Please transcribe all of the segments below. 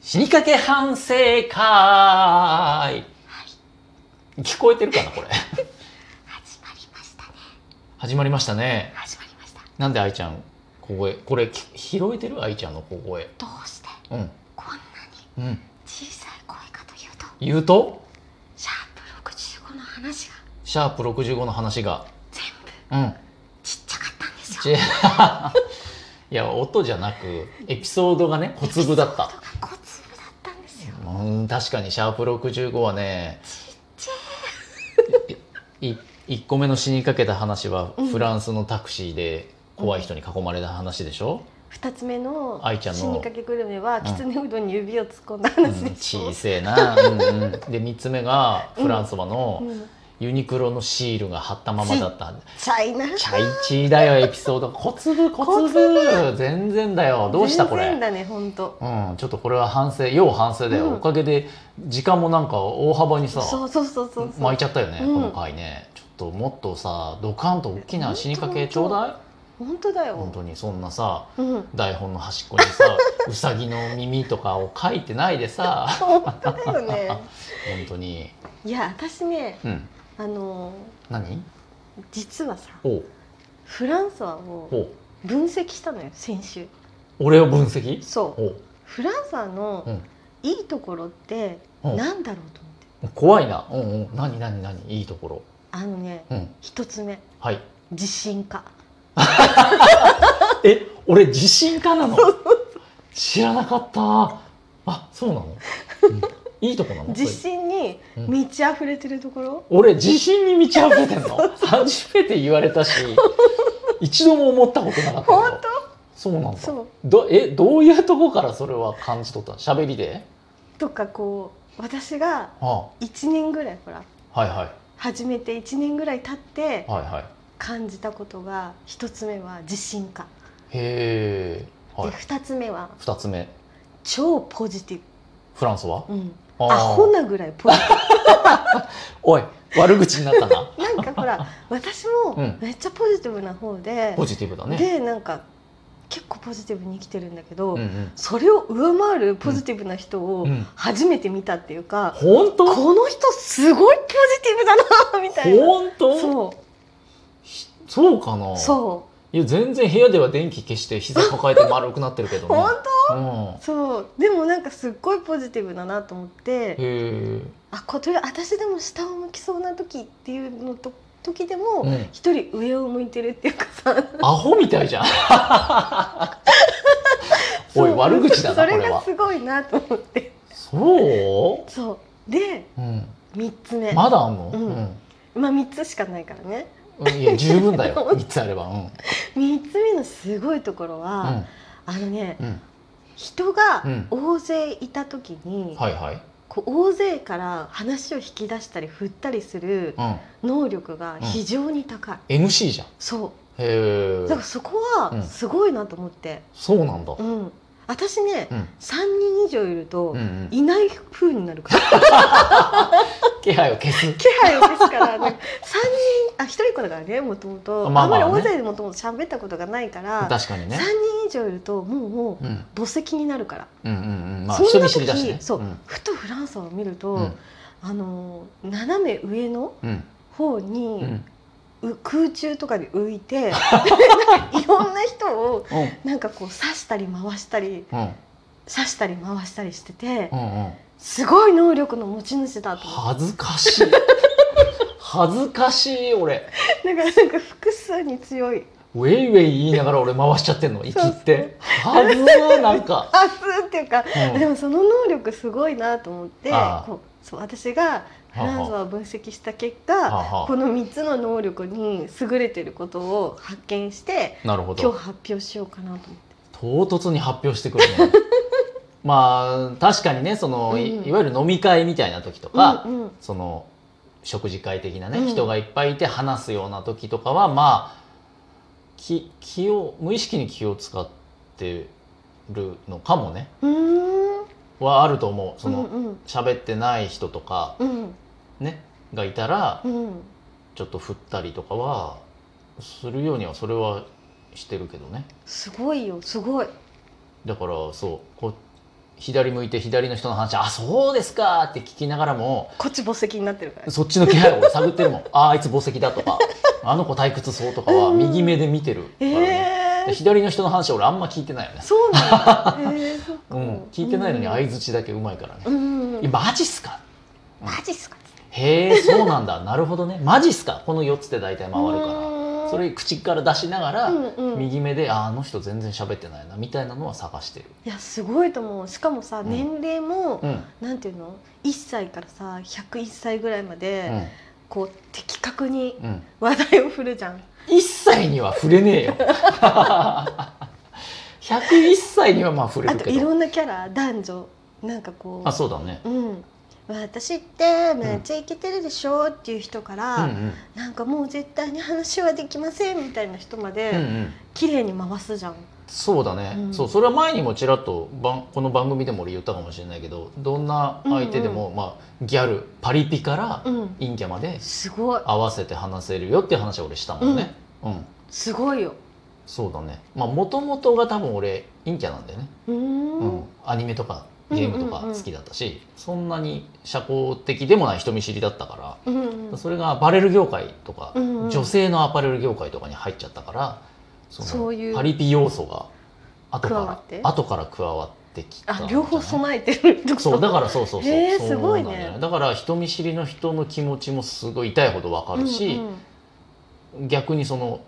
死にかけ反省会、聞こえてるかなこれ 始まりましたね始まりましたね始まりましたなんで愛ちゃん小声これき拾えてる愛ちゃんの小声どうしてうんこんなにうん小さい声かというと言うとシャープ65の話がシャープ65の話が全部うん ちっちゃかったんですちよいや音じゃなくエピソードがね小粒だった音が小粒だったんですようん確かにシャープ65はねちっちゃい1個目の死にかけた話はうんフランスのタクシーで怖い人に囲まれた話でしょ、い2つ目の愛ちゃんの死にかけグルメはんきつねうどんに指を突っ込んだうん話でしょ、小せえな、うんうん、で3つ目がフランソワうのんユニクロのシールが貼ったままだった、チャイナチャイチーだよエピソード小粒小小粒全然だよどうしたこれ全然だね本当うん、ちょっとこれは反省要反省だよ、うんおかげで時間もなんか大幅にさそうそうそうそうそう巻いちゃったよね、うんこの回ねちょっともっとさドカンと大きな死にかけちょうだ本当だい本よ当にそんなさうん台本の端っこに さうさぎの耳とかを書いてないでさ本当だよね本当にいや私ねうんあのー何実はさおうフランソワをおう分析したのよ先週俺を分析そうおうフランソワうのんいいところってうんなんだろうと思って怖いなうんうん何何何いいところあのねうん一つ目はい自信家え俺自信家な の知らなかったあそうなの、うんいいとこなの 自信に満ち溢れてるところ俺自信に満ち溢れてんの初めて言われたし一度も思ったことなかったよ本そうなんだそうどえどういうとこからそれは感じ取ったの喋りでとかこう私があ1年ぐらいほらあはいはい始めて1年ぐらい経ってはいはい感じたことが一つ目は自信家へえ、はいで、二つ目は2つ目超ポジティフランスはブ、うん、あーアホなぐらいポジティおい悪口になったな ブなんかほら私うもんめっちゃポジティブな方で、ポジティブだねでなんか結構ポジティブに生きてるんだけど、うんうんそれを上回るポジティブな人をうん初めて見たっていうか、本当この人すごいポジティブだな みたいな本当そそうかなうそいや全然部屋では電気消して膝抱えて丸くなってるけどうね本うん当そうでもなんかすっごいポジティブだなと思ってへえあこれ私でも下を向きそうな時っていうのと時でも、うん一人上を向いてるっていうかさアホみたいじ ゃん おいそう悪口だなそこれれがはすごいなと思ってそそうでう、うん、 3つ目ままだあんの、うんあ3つしかないからねうんいや十分だよ 3つあればうんうん3つ目のすごいところは、あのねうん人がうん大勢いた時に、はいはいこう大勢から話を引き出したり振ったりするう能力が非常に高い、ん MC じゃんそへうだかえらそこうんはすごいなと思って、そうなんだ、ううんん私ね、うん3人以上いると、うん、いない風になるから気配を消す気配を消すから なんか三人あ一人っ子だからねもともとあまあんままあねり大勢でもともと喋ったことがないから、確かにね3人以上いるともうもううん墓石になるから、うんうんうんまあそんな人見知りだしね時そう、んふとフランスを見ると、うんあのー斜め上のうん方うんうに、んう空中とかで浮い ていろんな人をなんかこう刺したり回したりうん刺したり回したりしててうんうんすごい能力の持ち主だと思っ恥ずか しい恥ずかしい俺てなんかなんか複数に強いウェイウェイ言いながら俺回しちゃってんの息ってはずーなんか、あすっていうかうんでもその能力すごいなと思ってああこうそう私がフランスを分析した結果はあはこの3つの能力に優れてることを発見してあなるほ今日ど発表しようかなと思って。唐突に発表してくるね まあ確かにねその、いうんいわゆる飲み会みたいな時とか、うんうんその食事会的なね、うん人がいっぱいいて話すような時とかはまあ気気を無意識に気を使ってるのかもねうーんはあると思うその、うん喋ってない人とかうんねがいたらうんちょっと振ったりとかはするようにはそれはしてるけどねすごいよすごいだからそうこ左向いて左の人の話あそうですかって聞きながらもこっち墓石になってるからそっちの気配を俺探ってるもんああいつ墓石だとかあの子退屈そうとかはうん右目で見てるからね、ええー、左の人の話は俺あんま聞いてないよね、そうなんだ、えーそっかうん、聞いてないのにうん相づちだけうまいからねう、んえマジっすかマジっすかへえそうなんだなるほどねマジっすかこの4つで大体回るかららそれ口から出しながら、うんうん、い右目でああの人全然喋ってないなみたいなのは探してる、やすごいと思うしかもさ、うん年齢も、うんなんていうの1歳からさ101歳ぐらいまで、こう的確にうんうん、話題を振るじゃん1歳には触れねえよ 101歳にはまあ触れあるとけいどろんなキャラ男女なんかこうあそうだねうん、私ってめっちゃイケてるでしょっていう人から、うんうんなんかもう絶対に話はできませんみたいな人まうんうでん綺麗に回すじゃん。そうだね、うんそうそれは前にもちらっと番この番組でも俺言ったかもしれないけどどんな相手でも、まあ、ギャルパリピからうん、陰キャまですごい合わせて話せるよっていう話は俺したもんね、うんすごいよ。そうだねまあもともとが多分俺陰キャなんだよね、うーんうんアニメとかゲームとかうんうんうん好きだったし、そんなに社交的でもない人見知りだったから、うんうんそれがアパレル業界とか、うんうん女性のアパレル業界とかに入っちゃったからそのそういうパリピ要素が後加わかってら後から加わってきたんじゃあない両方備えてるってことそうだからそうそうそう、へーそうすごいねなんだよだから人見知りの人の気持ちもすごい痛いほどわかるしう、んうん逆にその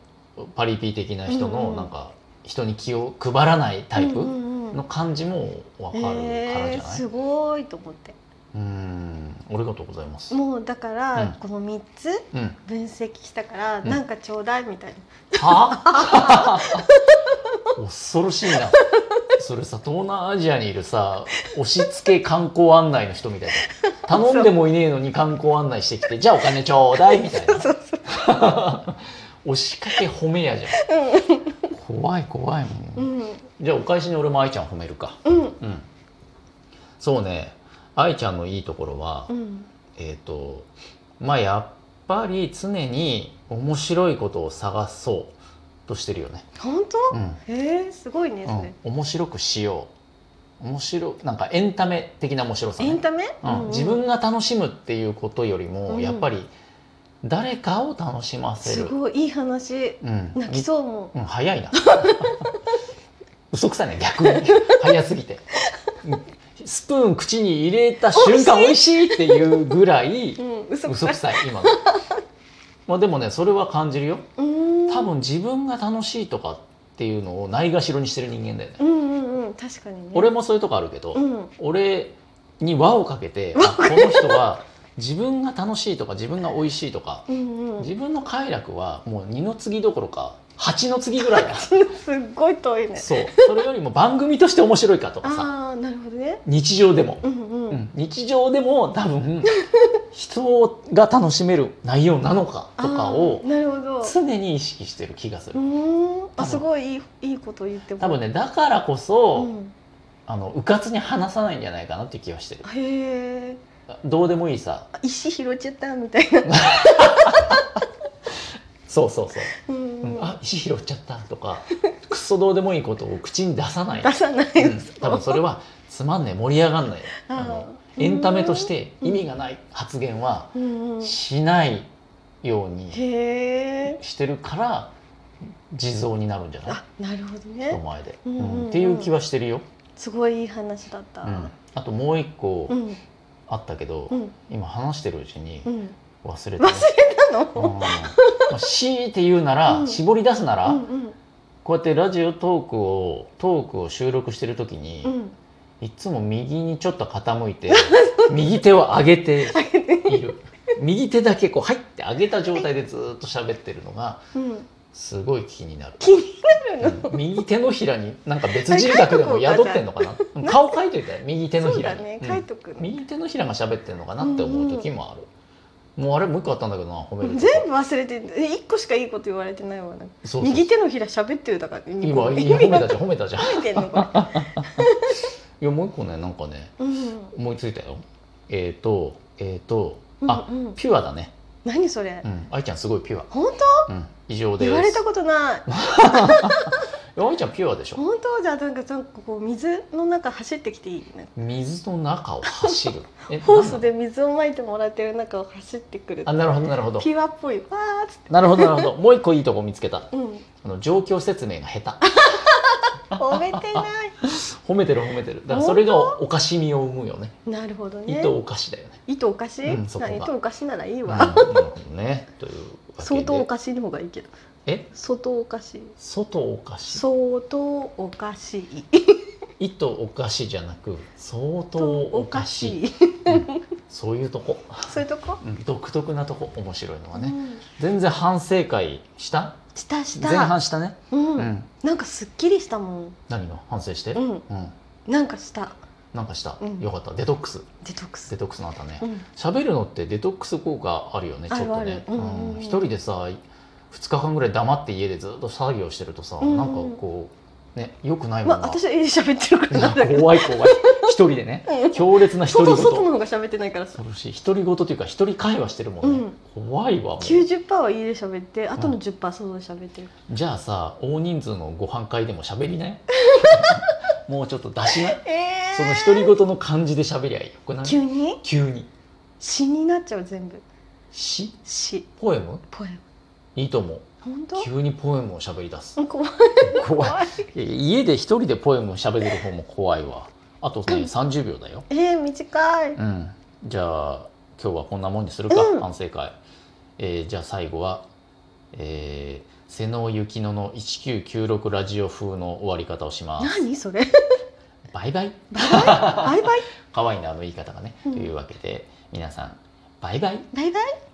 パリピ的な人うんうのんなんか人に気を配らないタイうプんうんうんの感じもわかるからじへーゃない、すごいと思ってうんありがとうございます、もうだから、うんこの3つうん、は分析したから、んなんかちょうだいみたいなあ 恐ろしいなそれさ東南アジアにいるさ押し付け観光案内の人みたいな頼んでもいねえのに観光案内してきてじゃあお金ちょうだいみたいなそうそう押しかけ褒めやじゃん怖い怖いもうんんじゃあお返しに俺も愛ちゃん褒めるかうんうんそうね愛ちゃんのいいところは、うんえっ、とまあやっぱり常に面白いことを探そうとしてるよね、本当うんへえすごいねうそん、面白くしよう面白なんかエンタメ的な面白さ、れ、ねエンタメ、うん、自分が楽しむっていうことよりも、うんやっぱり誰かを楽しますせる、ごいいい話うん、泣きそうもうん、早いな。 嘘くさいね、逆に。 早すぎて。うんスプーン口に入れた瞬間、美味しいっていうぐらい、う、うん、嘘く嘘さくいさい、今の。 まあでもね、それは感じるよ。うーん多分自分が楽しいとかっていうのをないがしろにしてる人間だよね。うんうんうん確かにね俺もそういうとこあるけど、うん俺に輪をかけて、あこの人は自分が楽しいとか自分が美味しいとか、うんうん自分の快楽はもう二の次どころか、八の次ぐらいだ。すっごい遠いねそうそれよりも番組として面白いかとかさああなるほどね日常でも、うんうん、うん日常でも多分人が楽しめる内容なのかとかをあーなるほどう常に意識してる気がするーん多あ分すごいいいいいこと言っても多分ね、ねだからこそ、うん、あのうかつに話さないんじゃないかなって気はしてるへえどうでもいいさ石拾っちゃったみたいな、そうそうそう、うんうんあ石拾っちゃったとかクソどうでもいいことを口に出さ ない出さない、うん多分それはつまんねえ盛り上がんないあーあのエンタメとして意味がない発言はうんうん、しないようにへえしてるから地蔵になるんじゃないあなるほど人ね前で、うんうんうんっていう気はしてるよ、すごいいい話だった、うんあともう一個うんあったけど、うん今話してるうちにうん忘れ忘てねれたうの、んまあ強いて言うなら、うん絞り出すなら、うんうんこうやってラジオトークをトークを収録してる時に、うんいつも右にちょっと傾い て右手を上げている右手だけこう入って上げた状態でずーっと喋ってるのがうんすごい気になる気になるうん右手のひらになんか別人格でも宿ってんのか なうん顔描いといたよ右手ののそうひらだに、ねうん書いとくの、右手のひらが喋ってんのかなって思う時もある、もうあれもう一個あったんだけどな褒めるとこ全部忘れてんだえ一個しかいいこと言われてないわなんかそうそう右手のひら喋ってるだから今今 意味褒めたがじゃん褒めたじゃんい書いてんの かやもう一個ねなんかねうん思いついたよえっ、とえっ、とあ、うんうんピュアだね何それうん愛ちゃんすごいピュア、本うん、異常当です言われたことない葵ちゃんピュアでしょ本当じゃあなんかなんかこう水の中走ってきていいなんか水の中を走 るえホースで水をまいてもらってる中を走ってくるあなるほどなるほどピュアっぽいわーっつってなるほどなるほどもう一個いいとこ見つけたうんあの状況説明が下褒めてない手褒めてる褒めてるだからそれがおかしみを生むよねなるほどね糸おかしだよね糸おかしい、うんそこがな糸おかしならいいうんわ、なるほどねというわけで相当おかしいの方がいいけどえ相当おかしい外おかしい相当おかしい糸おかしいじゃなく相当おかしいい そういうとこ、そういうとこ、うん独特なとこ面白いのはうねん全然反省会したしたした前半したねうんうんなんかすっきりしたもん何が反省してうんうんなんかしたなんかしたうんよかったデトックスデトックスデトックスの後ねうん喋るのってデトックス効果あるよねちょあっるとねあるうんうんうんうん一人でさ2日間ぐらい黙って家でずっと作業してるとさうんうんなんかこうねよくないもまあんが私は家で喋ってるからなんだけど怖い怖い一人で ねうん強烈な独り外外言の方が喋ってないからさ恐ろしい独り言というか一人会話してるもんね、怖いわもう90%は家で喋ってあとの10%は外で喋ってる、じゃあさ大人数のご飯会でも喋りなよ もうちょっと出しなえ その独り言の感じで喋りゃよくない急に急に詩になっちゃう全部詩詩ポエムポエムいいと思う本当急にポエムを喋り出す怖い 怖い怖いいや家で一人でポエムを喋れる方も怖いわあとね30秒だよえー、短いうんじゃあ今日はこんなもんにするか、うん反省会、えーじゃあ最後は、えー、瀬能幸乃の1996ラジオ風の終わり方をします何それバイバイバイバイバイバイ可愛いなあの言い方がね、うんというわけで皆さんバイバイバイバイ